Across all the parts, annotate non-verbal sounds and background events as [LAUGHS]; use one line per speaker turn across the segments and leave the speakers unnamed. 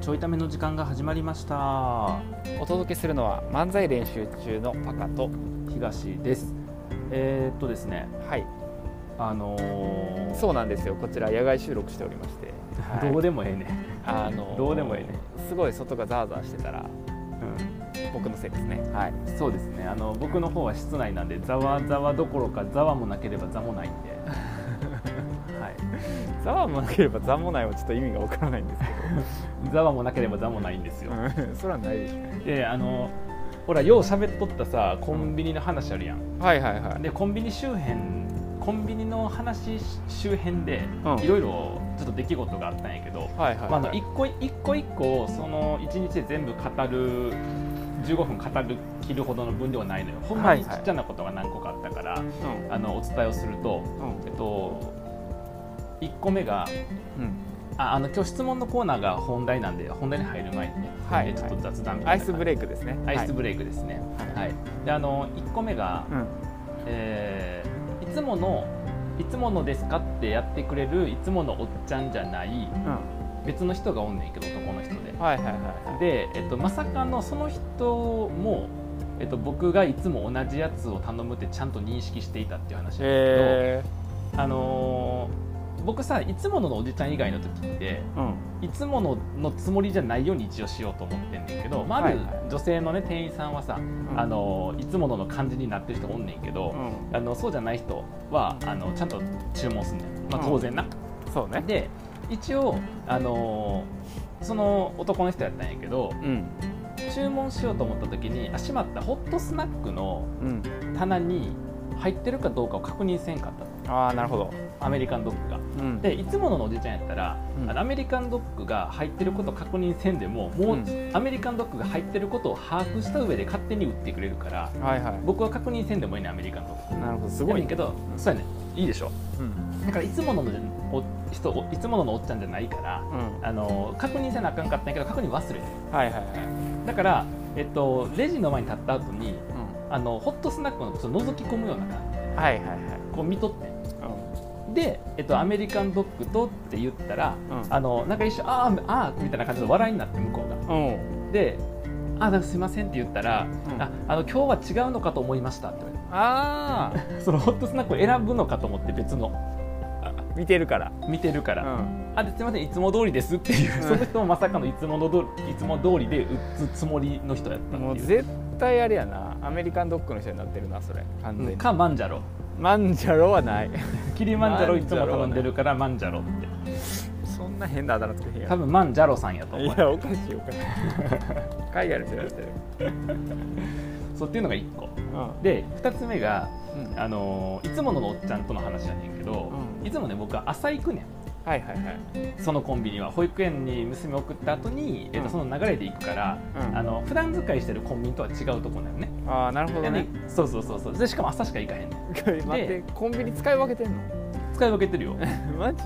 ちょいための時間が始まりました
お届けするのは漫才練習中のパカと
東ですえー、っとですね
はい
あのー
そうなんですよこちら野外収録しておりまして、はい
どうでもええね、
あの
どうでもいいね
すごい外がざわざわしてたら僕のせいですねはい
うん、そうですねあの僕の方は室内なんでざわざわどころかざわもなければざもない
[LAUGHS]
んでは
ざわもなければざもないはちょっと意味がわからないんです
いざわもなければざもないんです
け
よ、
ど、 [LAUGHS] それはないでしょ
であのほらよう喋っとったさコンビニの話あるやん
はいはいはい
でコンビニ周辺コンビニの話周辺で
うん
いろいろちょっと出来事があったんやけど、
はいはい
まあ、あの一個一個一個その一日で全部語る15分語る切るほどの分量はないのよほんまにち
はいはい
っちゃなことが何個かあったから、
う
あのお伝えをすると、
んうん
えっと、1個目が
うん
ああの今日質問のコーナーが本題なんで本題に入る前にね、
はい
えーちょっと雑談みた
ア
い
イ
な
ス
感じ
ブレイクですね
アイス
ブ
ブレイクですね、
は
はいいであの1個目が、
うん
えーいつものいつものですかってやってくれるいつものおっちゃんじゃない
うん
別の人がおんねんけど男の人で
はいはいはい
で、えっと、まさかのその人も、えっと、僕がいつも同じやつを頼むってちゃんと認識していたっていう話なんです
え
けど、あのー僕さいつもののおじちゃん以外の時って
ー、うん
いつもののつもりじゃないように一応しようと思ってんねんけど、まあ、ある
はいはい
女性のね店員さんはさ、
うん
あのーいつものの感じになってる人おんねんけど、
う
あのそうじゃない人はあのちゃんと注文すんねん、まあ、
うん
当然な、
んそうね
で一応あのーその男の人やったんやけど
うん
注文しようと思った時にあしまったホットスナックの
うん
棚に入ってるかどうかを確認せんかった
ああなるほど
アメリカンドッグが
うん
でいつもののおじちゃんやったら、
うん
あのアメリカンドッグが入ってることを確認せんでももう、
うん
アメリカンドッグが入ってることを把握した上で勝手に売ってくれるから
はいはい
僕は確認せんでもいいねアメリカンドッグ
なるほどすごい
やねんけど、
うん
そうやねいいでしょ
うん
だからいつもののお人おいつもののおっちゃんじゃないから
うん
あの確認せなあかんかったんやけど確認忘れて
はいはいはい
だから、えっと、レジの前に立った後に
う
あのホットスナックのちょっと覗き込むような感じで
んはいはいはい
こう見とってんで、えっと、アメリカンドッグとって言ったら
うん
あのなんか一瞬「あーあー」みたいな感じで笑いになって向こうが
うん
で「あーなんかすいません」って言ったら「
うん
ああの今日は違うのかと思いました」って言われ
ああ
てそのホットスナックを選ぶのかと思って別の
見てるから
見てるから
ん
あですいませんいつも通りですっていうう、
ん
その人もまさかのいつもの通りいつも通りで打つつもりの人やった
も
っ
う
ていう
絶対あれやなアメリカンドッグの人になってるなそれ完全
うん
に
かマンジャロ
マンジャロはない
キリマンジャロいつも頼んでるからマンジャロって
そんな変なあだ名つけへんや
多分マンジャロさんやと
ろい
思う
やおかしいおかしい海外の人になってる
そうっていうのが1個
うん
で2つ目が、
うん
あのーいつものおっちゃんとの話やねんけど、
うん
いつもね僕は朝行くねん
はいはいはい
そのコンビニは保育園に娘送った後に、えっ
う
と
ん
その流れで行くから、
うん
あの普段使いしてるコンビニとは違うとこなのね
ああなるほどね
でそうそうそうそうでしかも朝しか行かへんねん
待ってコンビニ使い分けてんの
使い分けてるよ
[LAUGHS] マジ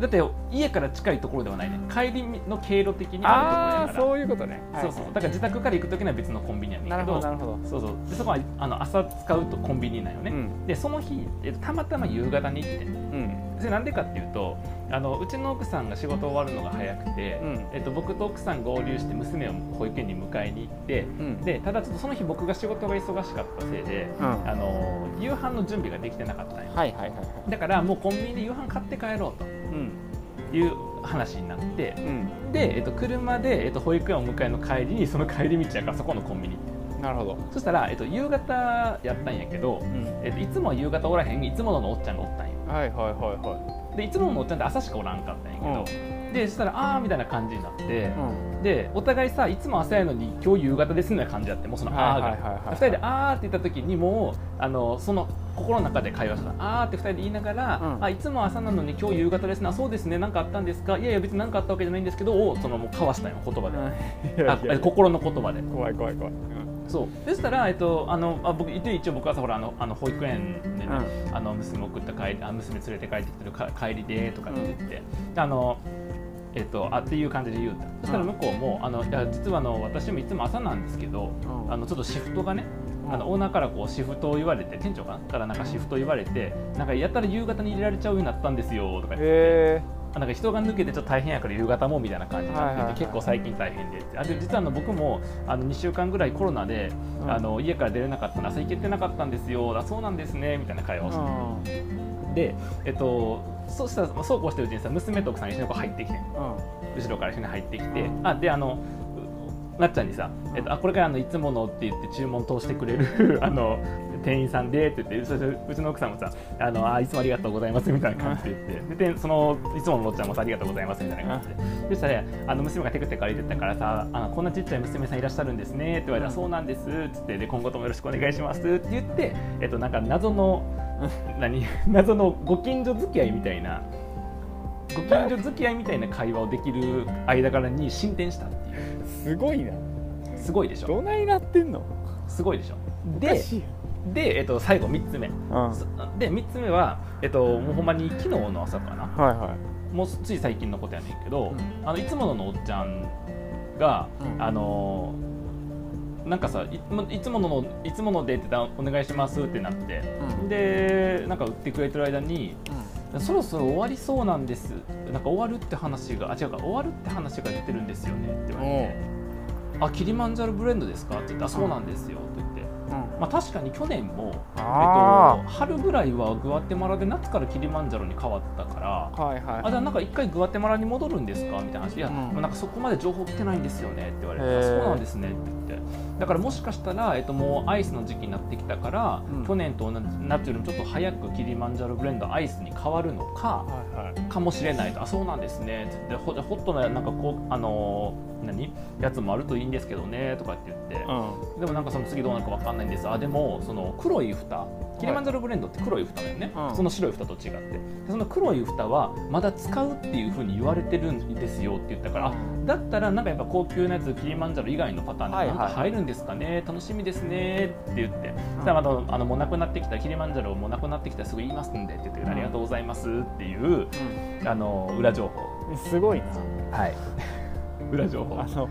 だって家から近いところではないね帰りの経路的にあ
あ
ると
あ
ころ
そういうことね
やからそうそうだから自宅から行く時には別のコンビニやねん
な
け
るほ
ど
どなるほど
そうそうでそこはあの朝使うとコンビニなんよね、
うん
でその日、えっとたまたま夕方に行ってん
うん
それなんでかっていうとあのうちの奥さんが仕事終わるのが早くて、
うん
えっと、僕と奥さん合流して娘を保育園に迎えに行って
うん
でただちょっとその日僕が仕事が忙しかったせいで
うんは
あの夕飯の準備ができてなかったん
い
よ
はいはいはい
だからもうコンビニで夕飯買って帰ろうと
うん
いう話になって
うん
で、えっと、車で、えっと、保育園を迎えの帰りにその帰り道やからそこのコンビニ行って
なるほど
そしたら、えっと、夕方やったんやけど、
うん
えっと、いつもは夕方おらへんいつもののおっちゃんがおったんよ
はいはいは
でいつものおっちゃんって朝しかおらんかったんやけど、でそしたらああーみたいな感じになって
い、はいうん
でお互いさいつも朝やのに今日夕方ですみたいな感じやってもうそのあ
は
あ
い
が、
はいはいはい
2人で「あー」って言った時にもうあのその心の中で会話した「あー」って2人で言いながら「
うん
あいつも朝なのに今日夕方ですねあそうですね何かあったんですかいやいや別に何かあったわけじゃないんですけど」をそのもう交わしたんよ言葉で。
いや
あ
いや
え心の言葉で
怖い怖い怖い
そうでしたら、えっと、あのあ僕一応一応僕朝ほらあのあの保育園でね、あの娘送った帰りあ娘連れて帰ってきてるか帰りでとかって言って、あのえっとあっていう感じで言うたそしたら向こうも「あのいや実はあの私もいつも朝なんですけどあのちょっとシフトがねあのオーナーからこうシフトを言われて店長かなからなんかシフトを言われてなんかやたら夕方に入れられちゃうようになったんですよとか言って
へえ
あなんか人が抜けてちょっと大変やから夕方もみたいな感じになってて、
はいはいはい
結構最近大変でってあで実はあの僕もあの2週間ぐらいコロナで、
うん
あの家から出れなかったの朝行けてなかったんですよだそうなんですねみたいな会話をして、
うん
で、えっと、そうしたらまあそうこうしてるうちにさ娘と奥さん一緒にこう入ってきて後ろから一緒に入ってきて、
うん
あであのうなっちゃんにさ、えっと、あこれからあのいつものって言って注文通してくれるあの店員さんでって言ってそしてうちの奥さんもさあのあいつもありがとうございますみたいな感じで言って、で店そのいつものおっちゃんもさありがとうございますみたいな感じで、そしたらあの娘がテクテク歩いてったからさあのこんなちっちゃい娘さんいらっしゃるんですねって言われたら、
うん
そうなんですっつってで今後ともよろしくお願いしますって言って、えっと、なんか謎の何 [LAUGHS] 謎のご近所付き合いみたいなご近所付き合いみたいな会話をできる間柄に進展したっていう
うんすごいな
すごいでしょ
どないなってんの
すごいでしょ
おか
で
しいよ
で、えっと、最後3つ目
うんは
そで3つ目は、えっと、もうほんまに昨日の朝かない
はい
もうつい最近のことやねんけど、
う
あのいつもののおっちゃんが、
うん
あのーなんかさいまいつもののいつものでって言ったらお願いしますってなって、
うん
でなんか売ってくれてる間にそろそろ終わりそうなんですなんか終わるって話があ違うか終わるって話が出てるんですよねって言われて「あキリマンジャロブレンドですか?」って言ったら「そうなんですよ」って言って、まあ、確かに去年も、えっ
あ
と、春ぐらいはグアテマラで夏からキリマンジャロに変わったから。
ーはいは
あじゃあなんか一回グアテマラに戻るんですかみたいな話でいや、
うん
もうなんかそこまで情報来てないんですよねって言われて
へー
あそうなんですねって言ってだからもしかしたら、えっと、もうアイスの時期になってきたから、
うん
去年と同じ夏よりもちょっと早くキリマンジャロブレンドアイスに変わるのか
はいはい
かもしれないとあそうなんですねって言ってほじゃあホットななんかこうあのー何やつもあるといいんですけどねとかって言って、
う
でもなんかその次どうなるかわかんないんですあでもその黒い蓋キリマンジャロブレンドって黒い蓋だよね、
うん
その白い蓋と違ってでその黒い蓋はまだ使うっていうふうに言われてるんですよって言ったから、あだったらなんかやっぱ高級なやつキリマンジャロ以外のパターンで
はいは
ないんか入るんですかね、楽しみですねって言って、
ん
さあまたあのもうなくなってきたキリマンジャロもうなくなってきたらすぐ言いますんでって言って、
うん
ありがとうございますっていうあの裏情報
んすごいな
はい裏情報
あの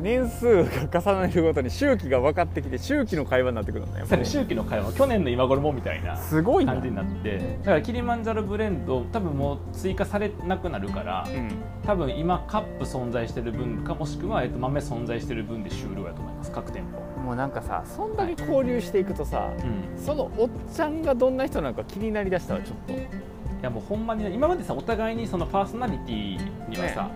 年数が重ねるごとに周期が分かってきて周期の会話になってくるんだよ
さらに周期の会話去年の今頃もみたいな
すごいな
感じになってだからキリマンジャロブレンド多分もう追加されなくなるから
うん
多分今カップ存在してる分かもしくは、えっと、豆存在してる分で終了やと思います各店舗
もうなんかさそんだけ交流していくとさ
うん
そのおっちゃんがどんな人なのか気になりだしたらちょっと
いやもうほんまにね今までさお互いにそのパーソナリティにはさ、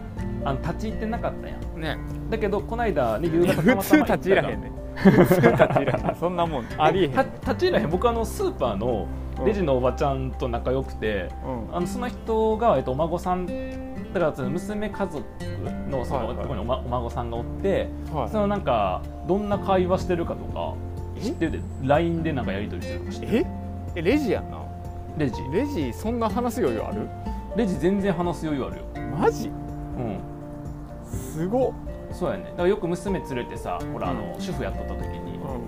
あの立ち入ってなかったやん
ね
だけどこの間ね夕方た
普
ま
通
たま行ったら
立ち入らへんね普通立ち入らへんそんなもんありえへん [LAUGHS]
た立ち入らへん僕あのスーパーのレジのおばちゃんと仲良くて、
うん
あのその人が、えっと、お孫さんだからその娘家族のその
はいはい
ところにお,、ま、お孫さんがおって
はい
そのなんかどんな会話してるかとか知ってて LINE でなんかやり取りしてるとかして
ええレジやんな
レジ
レジそんな話す余裕ある
レジ全然話す余裕あるよ
マジ
うん
すごっ
そうやねだからよく娘連れてさほらあの、
う
主婦やっとった時に、
うん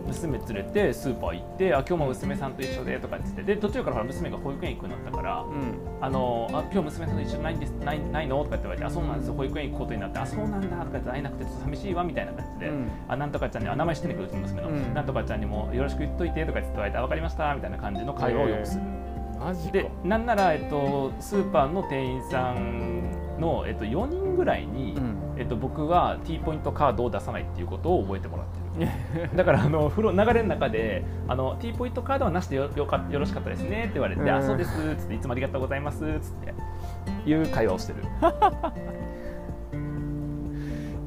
娘連れてスーパー行ってあ今日も娘さんと一緒でとかって言ってで途中からほら娘が保育園行くようになったから、
うん
あのあ今日娘さんと一緒にないんですないないのとかって言われて、あそうなんですよ保育園行くことになって、あそうなんだとかって会えなくてちょっと寂しいわみたいな感じで、
うん
あなんとかちゃんにあ名前知ってんだけどうちの娘の、
うん
なんとかちゃんにもよろしく言っといてとかって言われて、あわかりましたみたいな感じの会話をよくする。
マジか
でなんならえっとスーパーの店員さんのえっと4人ぐらいに、
うん
えっと、僕は T ポイントカードを出さないっていうことを覚えてもらってる。
[LAUGHS]
だからあの風呂流れの中であの T ポイントカードはなしでよよかよろしかったですねって言われて、
うん
あそうですっつっていつもありがとうございますっつっていう会話をしてる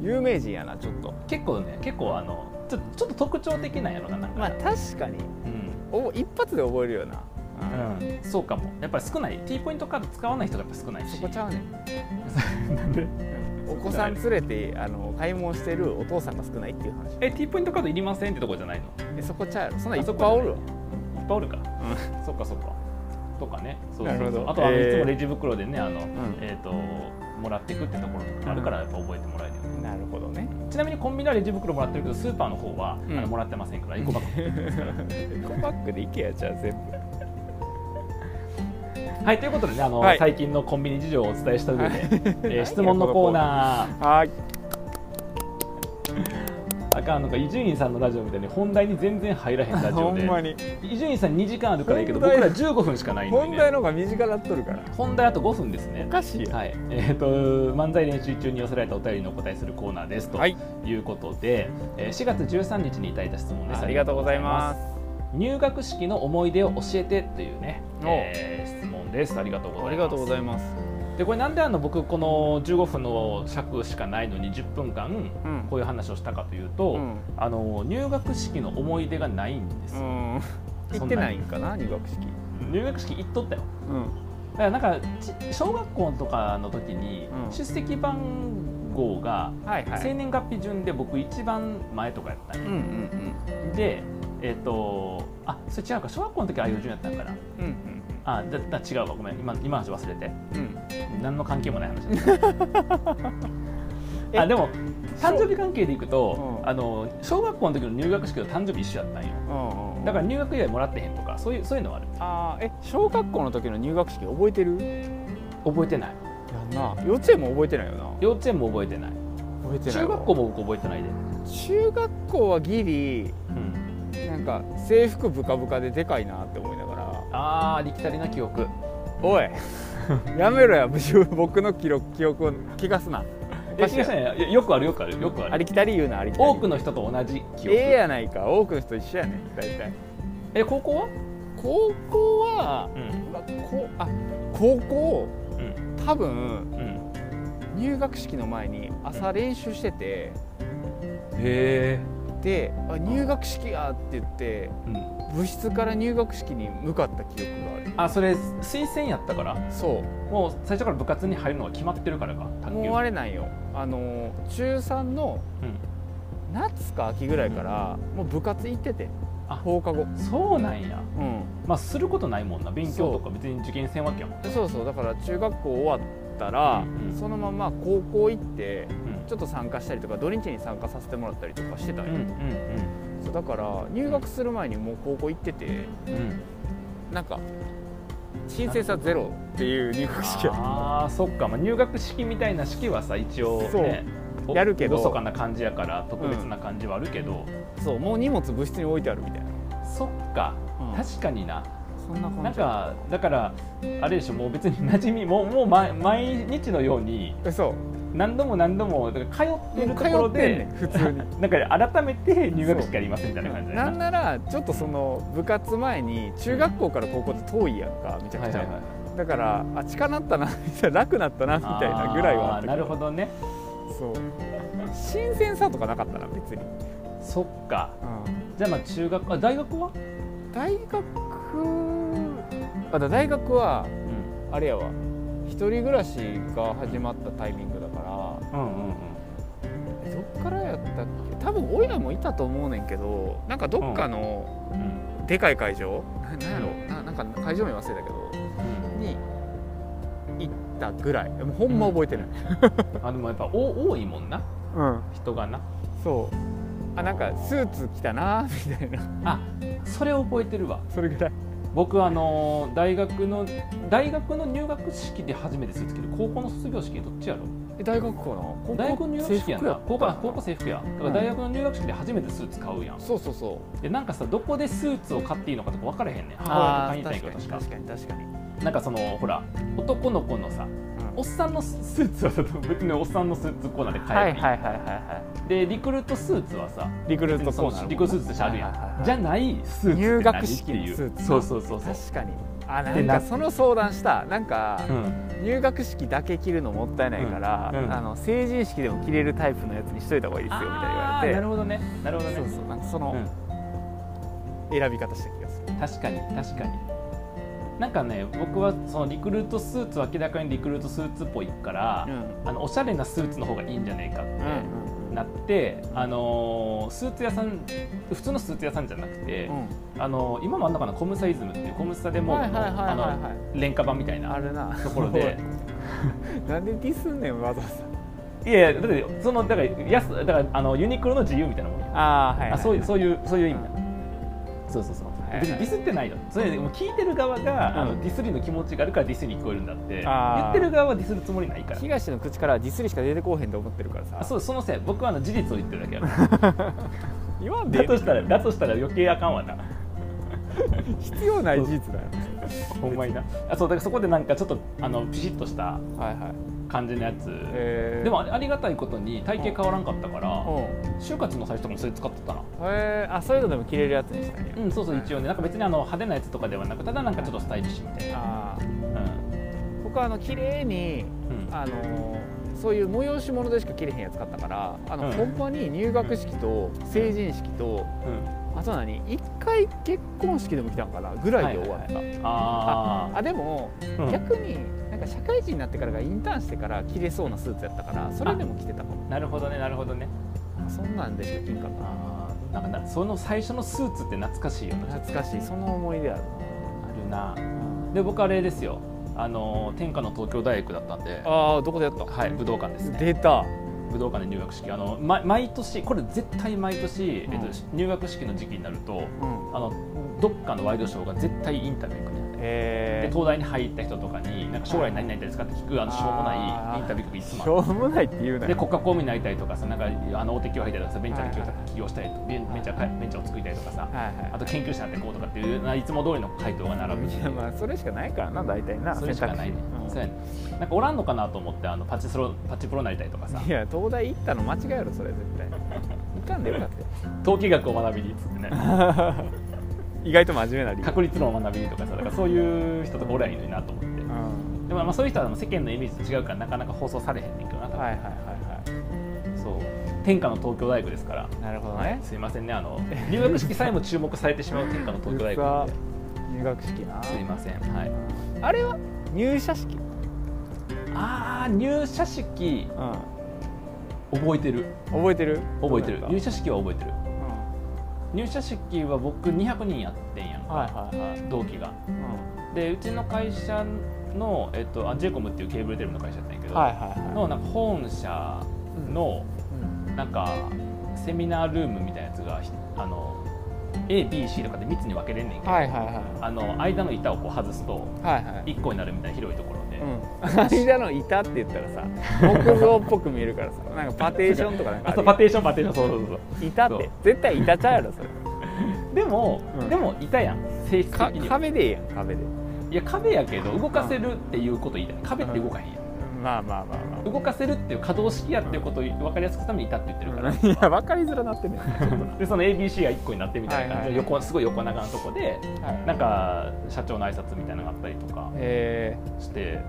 有名人やなちょっと
結構ね結構あのちょちょっと特徴的なんやろななんか、
まあ確かに
うん
お一発で覚えるよな、
うん、そうかもやっぱり少ない T ポイントカード使わない人がやっぱ少ないし
そこちゃうねん
なんで
お子さん連れてあの買い物してるお父さんが少ないっていう話
[LAUGHS] え T ポイントカードいりませんってとこじゃないの
えそこちゃうやろそんなんい
あ
っ
そ
ぱい
こ
おるわ
いっぱいおるか、そっかそっかとかねそうそう
なる
そ
ほ
う
ど
あとはあの
えー
いつもレジ袋でねあの、
ん
えっ、ともらっていくってところとかあるからやっぱ覚えてもらえるよね
なるほどね
ちなみにコンビニはレジ袋もらってるけどスーパーの方は、
うん
あのもらってませんからエコバ
[LAUGHS]
ッグ持ってますから
コパックで IKEA じゃう全部
はいということでねあの、
はい
最近のコンビニ事情をお伝えした
[LAUGHS]
上で、えー
や
質問のコーナ
はい
ーああかんのか伊集院さんのラジオみたいに本題に全然入らへんラジ
ほ
オ
んま
で
に
伊集院さん2時間あるからいいけど
本
僕
題
ら15分しかないのに、
本
ね、
題の方が短なっとるから
本題あと5分ですね
お。かしいよ
はい、えっ、と漫才練習中に寄せられたお便りにお答えするコーナーですと
はい
いうことで、えー4月13日にいただいた質問です。
ありがとうございます
入学式の思い出を教えてというね、
お
えー質問です。ありがとうございます。
ありがとうございます
でこれなんであの僕この15分の尺しかないのに10分間
うん
こういう話をしたかというと、
うん
あの入学式の思い出がないんです
う
よ。
ん行ってないんかな入学式
入学式行っとったよ。
うん
だからなんかち小学校とかの時に
うん
出席番号が
はいは
生
い
年月日順で僕一番前とかやったん
う
よ
んうん
でえっ、とあそれ違うか小学校の時はあいう順やったんかな
うんうん
あだだ違うわごめん今今の話忘れて
うんうん
何の関係も [LAUGHS] ない話だったあでも誕生日関係でいくと、
うん
あの小学校の時の入学式と誕生日一緒やったんよ
うんうん
だから入学以外もらってへんとかそういうそういうのはある
あーえ小学校の時の入学式覚えてる
覚えてない
やんな幼稚園も覚えてないよな
幼稚園も覚えてない
覚えて
中学校も僕覚えてないで、
中学校はギリ
うん、
なんか制服ブカブカででかいなって思いながら
あありきたりな記憶
「
[LAUGHS]
おいやめろや僕の記録記憶を汚すな」お
え
かしい
東
や
さ
ん
んいやよくあるよくあるよくある
ありきたり言うなありきたり
多くの人と同じ記憶
ええやないか多くの人一緒やねん大体
え高校は
高校は
うん
うわこあ高校
うん
多分
うん
入学式の前に朝練習してて
へえ
であ入学式やって言って
うん
部室から入学式に向かった記憶がある
あそれ推薦やったから
そう
もう最初から部活に入るのが決まってるからか卓球
もうあれなんよあのー中3の
うん
夏か秋ぐらいからもう部活行ってて
あ
放課後
そうなんや
うん
まあすることないもんな勉強とか別に受験せんわけやもん
でそうそうだから中学校終わったら
うんうん
そのまま高校行って
うん
ちょっと参加したりとか土日に参加させてもらったりとかしてたん
う
よ
ん
そうだから入学する前にもう高校行ってて
うんうん
なんか申請さゼロっていう入学式や
ああそっか、まあ、入学式みたいな式はさ一応ねお
やるけど
厳かな感じやから特別な感じはあるけど、
そうもう荷物部室に置いてあるみたいな、
そっか確かにな
そんな
な
感
んかだからあれでしょもう別に馴染みもうもう毎毎日のように
じそう
何度も何度もだから通ってるところ
通ってんね
で
ん普通に
なんか改めて入学式ありますみたいな感じだよ
なんならちょっとその部活前に中学校から高校って遠いやんかめちゃ
は
く
い
ちゃ、
はいはい
だからあ近なったなみたいな楽なったなみたいなぐらいはあ
あ
っ
ー
た
なるほどね
どそう新鮮さとかなかったな別に、
そっかじゃあまあ中学あ大学は、
大学あだ大学は
うん、うん
あれやわ一人暮らしが始まったタイミングだから
うんうん
えどっからやったっけ多分おいらもいたと思うねんけどなんかどっかの
うん
でかい会場、ななんやろななんか会場名忘れたけどに行ったぐらいもうほんま覚えてない、
あでもやっぱお多いもんな
うん
人がな
そうあなんかスーツ着たなみたいな
あそれを覚えてるわ
それぐらい
僕あのー大学の大学の入学式で初めてスーツ着る高校の卒業式どっちやろ
え大学かな高校
大学の入学式やんな
制服
高校あ高校制服やんだから大学の入学式で初めてスーツ買うやん
そうそうそう
でなんかさどこでスーツを買っていいのかとか分からへんねん母
あ
親と買いに行ったんやけど
ー
確
確かに確かに
かなんかそのほら男の子のさおっさんのス [LAUGHS] ーツはさ別におっさんのスーツコーナーで買えばいい、
いはいは
でリクルートスーツはさ
いリクルートコーナ
そ
ー
うリクルートスーツってあるや
はいはいはいは
ん
い
じゃないスーツって何
入学式の
っていう
スーツ
そうそうそうそう、
確かにあな
で
んか
な
その相談したなんか
うん、
入学式だけ着るのもったいないから、
うんうん
あの成人式でも着れるタイプのやつにしといた方がいいですよみたいに言
あ
わ
ー
れ
な
て
るほどねなるほどね
そうそうなんかその
う
選び方した気がする、
ん、確かに確かになんかね僕はそのリクルートスーツは明らかにリクルートスーツっぽいから、あのおしゃれなスーツの方がいいんじゃねえかっ
うん
てなって、あのースーツ屋さん普通のスーツ屋さんじゃなくて、あのー今もあんのかなコムサイズムっていうコムサでもう
はいはいはいはいはい
あの廉価版みたい
あ
な
るな
ところ
[LAUGHS]
で
なんでディスんねんわざわざ
いやいやだってそのだから安だからあのユニクロの自由みたいなもんよ
ああはい、
あそういうそうういうそういう意味だ、
う
そうそうそう、
はい
別にディスってないよそれでもう聞いてる側が、あ
う
の
ん
ディスりの気持ちがあるからディスり聞こえるんだって
あー
言ってる側はディスるつもりないから
東の口からはディスりしか出てこうへんと思ってるからさ
あそうそのせい僕はあの事実を言ってるだけやから
[LAUGHS] 言わんでえ
だと
え
したらだとしたら余計あかんわな
必要ない事実だよ
ほんまになあそうだからそこでなんかちょっとあのピシッとした
はいはい
感じのやつ、
えー、
でもありありがたいことに体型変わらんかったから
うん
就活の最初とかもそれ使ってたな
へーあそういうのでも着れるやつにしたんや、
うんそうそう
はい
一応ねなんか別にあの派手なやつとかではなくただなんかちょっとスタイリッシュみたいな
あー僕はあの綺麗に
うんうん
あのーそういう催し物でしか着れへんやつ買ったからあ
う
の、
ん
ほんまに入学式と成人式と
うん
あと何一回結婚式でも来たんかなぐらいで終わった、
あ
あでも、
ーうん
逆になんか社会人になってからがインターンしてから着れそうなスーツやったからそれでも着てたかも
なるほどねなるほどね
そんなんでしか着んかった
あーなんかなその最初のスーツって懐かしいよなちょっ
懐かしいその思い出ある
とあるなで僕あれですよあの天下の東京大学だったんで
ああどこでやった
はい武道館ですね
出た
武道館で入学式あの、ま、毎年これ絶対毎年、
うん
えっと、入学式の時期になると
うん
あのどっかのワイドショーが絶対インタビュー行くねで
えー
東大に入った人とかになんか将来何々ですかって聞くあのしょうもな
あー
いインタビューがいつも
しょうもないって言う
ある
な
で
よ
国家公務員になりたいとかさなんかあの大手企業入ったりとかさベンチャー
はいはい
企業起業したりとかベンベンチャーかベンチャーを作りたいとかさ
はいはい
あと研究者になってこうとかっていうないつも通りの回答が並ぶし
いやまあそれしかないからな大体な
それしかないね
選択肢
そうやねなんかおらんのかなと思ってあのパチスロパチプロになりたいとかさ
うんいや東大行ったの間違えろそれ絶対行かんでよかったよ
統計学を学びにっつってね
[LAUGHS] 意外と真面目な理由
確率論を学びにとかさだからそういう人とかおらんいるなと思って
うん
でもまあそういう人は世間のイメージと違うからなかなか放送されへんねんけどな、
はいはいはいは
そう天下の東京大学ですから
いなるほどね
すいませんねあ [LAUGHS] の入学式さえも注目されてしまう天下の東京大学なんで
入学式な
すいませんはい
あれは入社式
あー入社式
覚
覚えてる
えてる
覚えてる
どうだ
入
っ
社式は覚えてる
たうん
入社式は僕200人やってんやんか、
はいはいはい
同期がでうちの会社の、えっと、あ JCOM っていうケーブルテレビの会社やったんやけど、
はいはいは
のなんか本社
い
の
うん
なんかセミナールームみたいなやつがひあの ABC とかで3つに分けれんねんけど、
はいはいは
あの間の板をこう外すと
いはいはい
1個になるみたいな広いところで、
うん間の板って言ったら [LAUGHS] さ木造っぽく見えるからさなんかパテーションとかなんか
あ
る
そうパテーションパテーションそうそうそう
板って絶対板ちゃうやろそれ
そうでも、
うん
でもいたやん性質
か
的には
壁でええやん壁で
いや壁やけど動かせるっていうこと言いたい壁って動かへんやん、
まあまあまあま
動かせるっていう可動式やっていうことを分かりやすくするためにいたって言ってるから、
いや分かりづらなってんねん
でその ABC が1個になってみたいな感じで
はいはい
横すごい横長のとこで
はい
なんか社長の挨拶みたいなのがあったりとか
え
して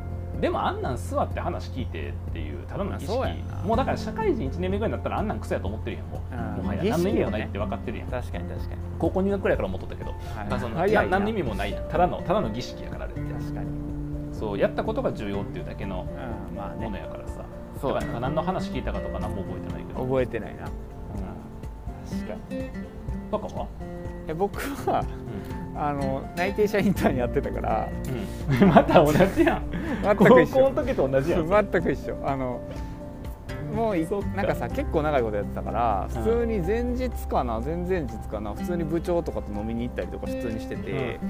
でもあんなん座って話聞いてっていうただの儀式
そうやな
もうだから社会人1年目ぐらいになったらあんなんクソやと思ってるやんもう
うん
もはや
儀式よね
何の意味もないって分かってるやん
確かに確か
高校入学くらいから思っとったけどだからその
はい
な
はい
何の意味もないやんただのただの儀式やからあれって
に確かに
そうやったことが重要っていうだけの
うんまあ
もの
ね
やからさ
そう
だから何の話聞いたかとか何も覚えてないけど
覚えてないな
うん
確かに
とかは
え僕は
う
あの内定者インターンやってたから
ん、 [LAUGHS] うん、また同じやん
全
高
く一
校
緒
の時と同じやん
全く一緒あのもうい
そっか
なんかさ結構長いことやってたから
うん
普通に前日かな前々日かな普通に部長とかと飲みに行ったりとか普通にしてて、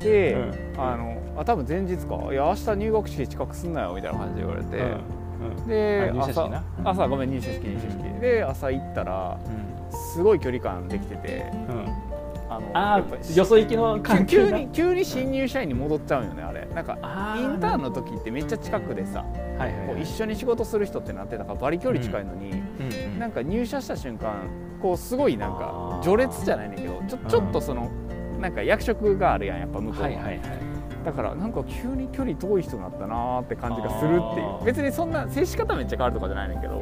で、
うん
あのあ多分前日か「いや明日入学式近くすんなよ」みたいな感じで言われて、で
あ入社式な
朝朝ごめん入社式入社式、で朝行ったらすごい距離感できてて
うんうん
あの
あ
やっぱ
あよそ行きの関係
急
な
に急に新入社員に戻っちゃうんよねあれなんか
あ
インターンの時ってめっちゃ近くでさ
ンはいはい
こ
は
う
い
一緒に仕事する人ってなってたからバリ距離近いのに、
うんうん
なんか入社した瞬間こうすごいなん
あ
か
ー
序列じゃないねんだけどちょちょっとその、なんか役職があるやんやっぱ向こうは、
はいはいはい
だからなんか急に距離遠い人になったなーって感じがするってい
あー
う別にそんな接し方めっちゃ変わるとかじゃないねんけど、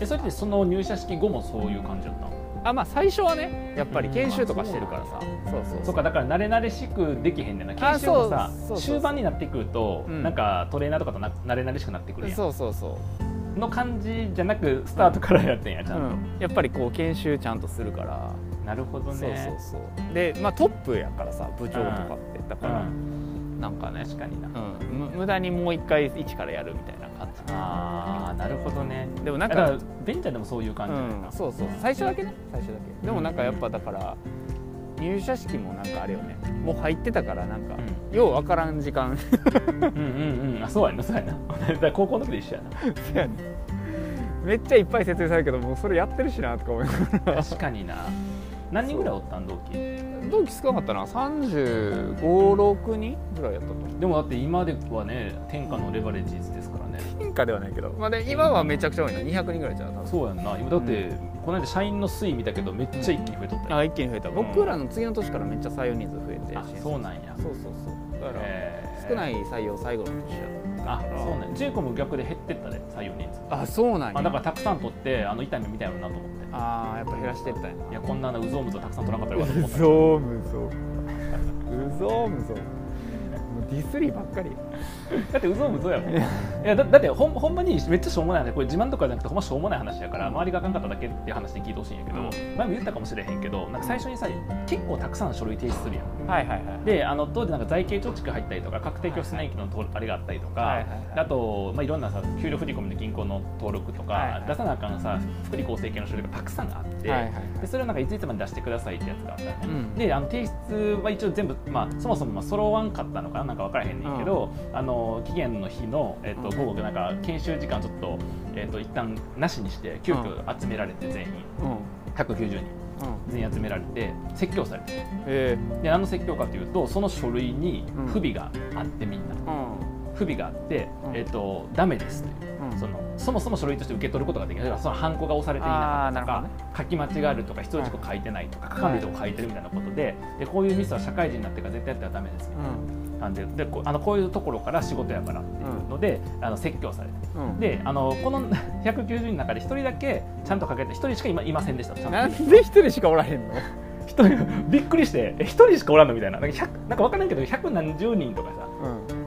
えそれってその入社式後もそういう感じだったの
あまあ最初はねやっぱり研修とかしてるからさ、そうそう
そうかだから慣れ慣れしくできへんねんな
あ
研修もさ
そうそうそうそ
終
う
盤になってくると、
うん
なんかトレーナーとかとな慣れ慣れしくなってくるや
そうそうそ
んの感じじゃなくスタートからやってんや
う、
ち
う
ゃん
ん、やっぱりこう研修ちゃんとするから
と、なるほど
そうそう
ね
そうでまあトップやからさ部長とかって、だから、
ん、
なんかね
確かにな、
うん、む無駄にもう一回一からやるみたいな感
ああなるほどね
じでもな
だ
ん
か
から
ベンチャーでもそういう感じだよな、
うん、そうそう最初だけね最初だけでもなんかやっぱだから入社式もなんかあれよねもう入ってたからなんか、
う
ようわからん時間
うんうんうんあそうやなそうやな [LAUGHS] だから高校の時で一緒やな
せやね [LAUGHS] めっちゃいっぱい説明されるけどもうそれやってるしなとか思いな
[LAUGHS]
が
確かにな何人ぐらいおったん同期で
ら同期少なかったな356人ぐらいやったと思う
もだって今ではね天下のレバレッジーズですからね
変化ではないけど、まあ、で今はめちゃくちゃ多いな200人ぐらいじゃん多分
そうやんな今だって、この間社員の推移見たけどめっちゃ一気に増えとったよ、
あ一気に増えた僕らの次の年からめっちゃ採用人数増えて
あそうなんや
そうそうそうだから、
えー
少ない採用最後の年やった
あ
から
そうなんや10個も逆で減ってったで採用人数
あそうなんや
あだからたくさん取ってあの痛みみたいなのなと思って
あーやっぱ減らしてったんや
いやこんなのうぞうむぞたくさん取らなか
[LAUGHS]
ったらよかったと思った
ぞうむぞうぞうむぞもうディスりばっかり
だってうぞうむぞやもんいやだだってほんほんまにめっちゃしょうもない話これ自慢とかじゃなくてほんましょうもない話やから周りがあかんかっただけっていう話で聞いてほしいんやけど、
うん
前も言ったかもしれへんけどなんか最初にさ結構たくさん書類提出するやん
はいはいはい
であの当時なんか財形貯蓄入ったりとか確定拠出年金の登録あれがあったりとか、
はいはいはい
であと、まあ、いろんなさ給料振り込みの銀行の登録とか、
はいはい
出さなあかんさ福利厚生系の書類がたくさんあって、
はいはいはい
でそれをなんかいついつまで出してくださいってやつがあったのね、
うん
であの提出は一応全部、まあ、そもそもまあ揃わんかったのかななんか分からへんねんけど、あの期限の日の、えっと
うん
午後なんか研修時間ちょっと、えっと一旦なしにして急遽集められて全員
うん
190人全員集められて説教されて。
え
で何の説教かというとその書類に不備があってみんな、
うん
不備があって、
うん
えっとダメですという
うん
そのそもそも書類として受け取ることができないだからそのハンコが押されていなかったと
あー
か
なる、
書き間違えるとか必要事項書いてないとか鏡とか書いてるみたいなことででこういうミスは社会人になってから絶対やってはダメですみたいな感じででこうあのこういうところから仕事やからっていうので、あの説教されて
うんうん
であのこの [LAUGHS] 190人の中で1人だけちゃんと書けて1人しか今いませんでしたとちゃんと
なんで一人しかおらへんの
一人びっくりしてえ一人しかおらんのみたいななんか100なんか分からんけど百何十人とかさ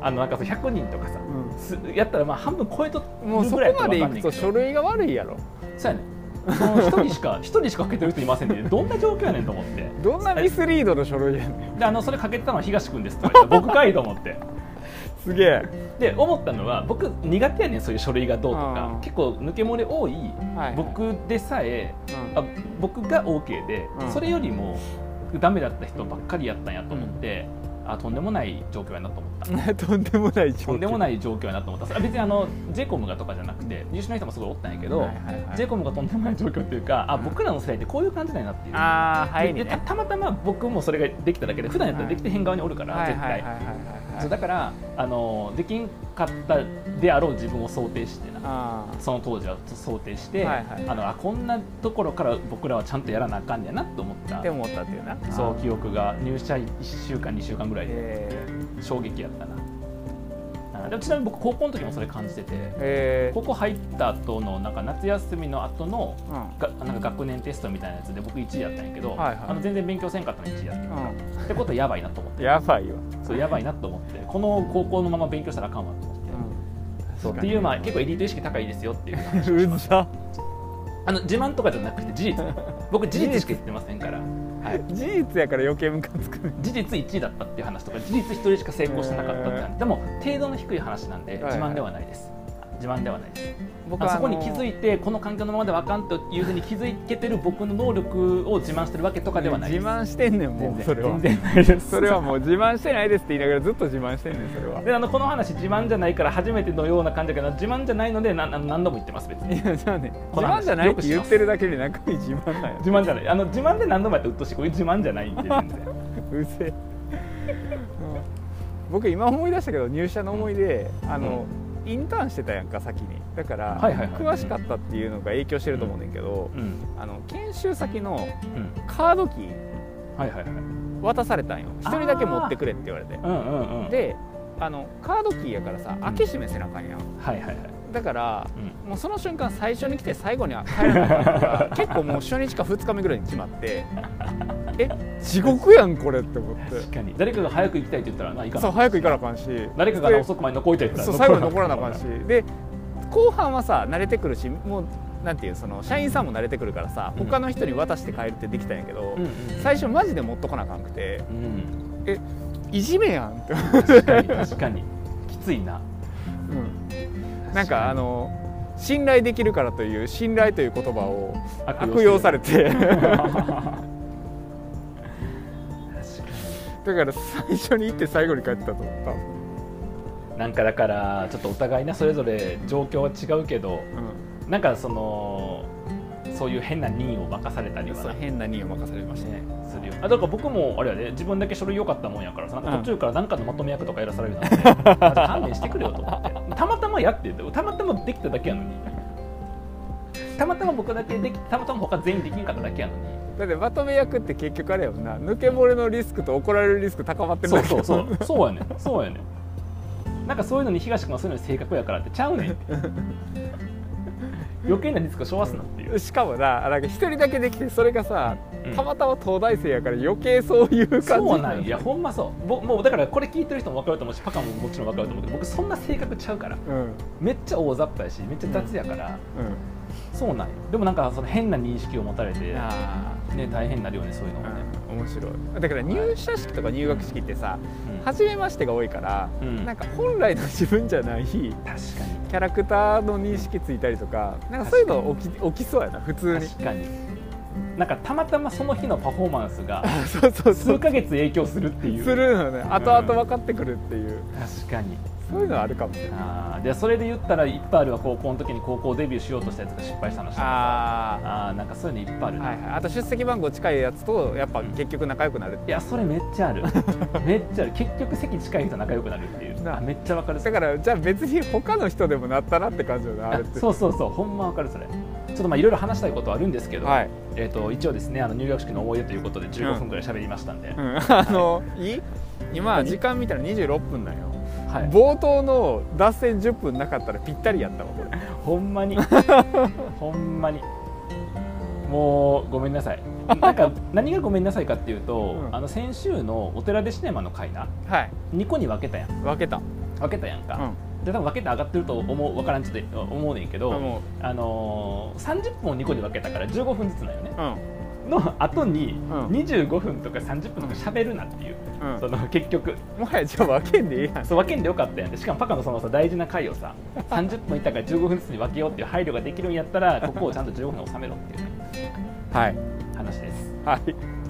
あのなんかそう100人とかさすやったらまあ半分超えと
もうそ
ぐ
こ
らいやった
ま
ら分
でい
かんね
く
んけど
と書類が悪いやろ
そうやねんその一人しか [LAUGHS] 一人しかかけてる人いませんってどんな状況やねんと思って
どんなミスリードの書類やねん
であのそれかけてたのは東君ですって言われて
[LAUGHS]
僕かいと思って
すげえ
で思ったのは僕苦手やねんそういう書類がどうと
う
か
ん
結構抜け漏れ多い
はい
僕でさえ
うん
あ僕が OK で、
うん
それよりもダメだった人ばっかりやったんやと思って、あとんでもない状況やなと思った
とんでもない
とんでも
い
ない状況やなと思ったそれは別にあの j コムがとかじゃなくて優秀な人もすごいおったんやけど、j コムがとんでもない状況っていうかあ僕らの世代ってこういう感じなんやなっていう。
ああは
で
い
でた
ね
たまたま僕もそれができただけで普段やったらできてへん側におるから、絶対、そうだからあのできんかったであろう自分を想定してな
あ
その当時は想定して、
はいはい
あのあこんなところから僕らはちゃんとやらなあかんねやなと思った
って思ったっていうな
そう記憶が入社1週間2週間ぐらいで
え
衝撃やったなあでもちなみに僕高校の時もそれ感じてて
え
高校入った後のなんか夏休みの後の
うんうん
がなんか学年テストみたいなやつで僕1位やったんやけど、
はいはい
あの全然勉強せんかったの1位やったってことはやばいなと思って
やばいわ
そうやばいなと思ってこの高校のまま勉強したらあかんわと思って、そう
[LAUGHS]
っていうまあ結構エリート意識高いですよっていう
うざ
あの自慢とかじゃなくて
[LAUGHS]
事実僕事実しか言ってませんから、はい、
事実やから余計ムカつくね
事実1位だったっていう話とか事実1人しか成功してなかったって話、でも程度の低い話なんで
いはい
自慢ではないです、自慢ではないです
僕
あそこに気づ
い
いてこの環境のままではあかんというふうに気づけてる僕の能力を自慢してるわけとかではないです
自慢してんねん
全
もう
然
それは
全然ないです
[LAUGHS] それはもう自慢してないですって言いながらずっと自慢してんねんそれは
であのこの話自慢じゃないから初めてのような感じだけど自慢じゃないのでなな何度も言ってます別に
いやじゃあね
こ
自
の話
慢じゃないって言ってるだけで中身自慢なんや
自慢じゃないあの自慢で何度もやってうっとうしいこれ自慢じゃないんで全然
うぜえ、僕今思い出したけど入社の思い出、あのインターンしてたやんか先にだから、
はいはいはい
詳しかったっていうのが影響してると思うねんだけど、
うん
あの研修先の
うん
カードキ
はいはいはい
ー渡されたんよ一人だけ持ってくれって言われて
うんうんうん
であのカードキーやからさ開け閉めせなあかんやん
はいはいはい
だから
うん
もうその瞬間最初に来て最後には帰らなあかんから
[LAUGHS]
結構もう初日か2日目ぐらいに決まってえ地獄やんこれって思って
確かに誰かが早く行きたいって言ったらないか
そ
な
う早く行かなあかんし
誰かが
で
遅くまで残りたいって言った
そう
ら
最後に残らなあかんしで後半はさ慣れてくるしもうなんていうその社員さんも慣れてくるからさ
うん
他の人に渡して帰るってできたんやけど、
うんうん
最初マジで持っとかなあかんくて
うん
いじめやんって、
確かに確かにきついな
なんかあの信頼できるからという信頼
[LAUGHS]
という言葉を
確かに
悪用されて
確
だから最初に行って最後に帰ってたと思った、
なんかだからちょっとお互いなそれぞれ状況は違うけど
う
なんかそのそういう変な任意を任されたり
ん、
はな
そう変な任を任されましたね
するよあだから僕もあれやで自分だけ書類良かったもんやからさなんか途中から何かのまとめ役とかやらされるなんて、 [LAUGHS] 勘弁してくれよと思ってたまたまやっててたまたまできただけやのにたまたま僕だけできたまたま他全員できんかっただけやのに
だってまとめ役って結局あれやもんな抜け漏れのリスクと怒られるリスク高まってる
そ
だ
う
け
そうそ
やもん
うそうやねんそうやねんなんかそういうのに東君はそういうのに性格やからってちゃうねんって [LAUGHS] 余計なリスクを背負わすなっていう
しかもななんか一人だけできてそれがさ、
うん
たまたま東大生やから余計そういう感じ
そうなんよいやほんまそうぼもうだからこれ聞いてる人も分かると思うしパカももちろん分かると思うけど僕そんな性格ちゃうから
うんうん
めっちゃ大雑把やしめっちゃ雑やから、そうなんよでもなんかその変な認識を持たれて、ね、
あ
大変になるよねそういうのもね、
ー、うん、面白いだから入社式とか入学式ってさ
うん確
初めましてが多いから、
うん
なんか本来の自分じゃないキ
か
ャラクターの認識ついたりとかなんかそういうの起き起きそうやな普通
に
に
確かになんかたまたまその日のパフォーマンスが
[LAUGHS] そうそうそ
数
う
ヶ月影響するっていう
するのね後々分かってくるっていう、
確かに
そういうのはあるかもしれない
あーでそれで言ったらいっぱいあるわ高校の時に高校デビューしようとしたやつが失敗したのあ
あ
あーなんかそういうのいっぱいある
ー
な、
はいはい、あと出席番号近いやつとやっぱ結局仲良くなる
いやそれめっちゃ
[LAUGHS]
あるめっちゃある結局席近い人仲良くなるっていう
な
あめっちゃわかる
だからじゃあ別に他の人でもなったなって感じよねあれって
そうそうそうほんまわかるそれちょっとまあいろいろ話したいことはあるんですけど、
はい、
えー、と一応ですねあの入学式の思い出ということで15分ぐらい喋りましたんで、
うん、 [LAUGHS] あのいい今時間見たら26分なんよ
はい、
冒頭の脱線10分なかったらぴったりやったわこれ
ほん
[LAUGHS]
まにほんまにもうごめんな
[LAUGHS]
さいなんか何がごめんなさいかっていうと、
うん
あの先週のお寺でシネマの回な
はい
2個に分けたやん
分けた
分けたやん
う
か、
ん
で多分分けて上がってると思う分からんちょっと思うねんけど、
も
あのー、30分を2個に分けたから15分ずつなんよね
ううん
の後に
ん
25分とか30分とか喋るなっていう、
うん
その結局
もはやじゃあ分けんでいいやん
そう分けんでよかったやんでしかもパカのそのさ大事な回をさ30分いったから15分ずつに分けようっていう配慮ができるんやったらここをちゃんと15分収めろっていう、ね、
はい
話です。
はい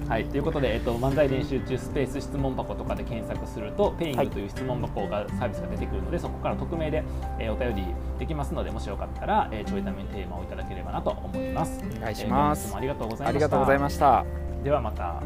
はい、ということで、えっと、漫才練習中スペース質問箱とかで検索するとペイン
はい
グという質問箱がサービスが出てくるのでそこから匿名で、えーお便りできますのでもしよかったら、えー、ちょいためにテーマをいただければなと思います。
お願いしま
えー本日
す
もありがとうございました。
ありがとうございました
ではまた。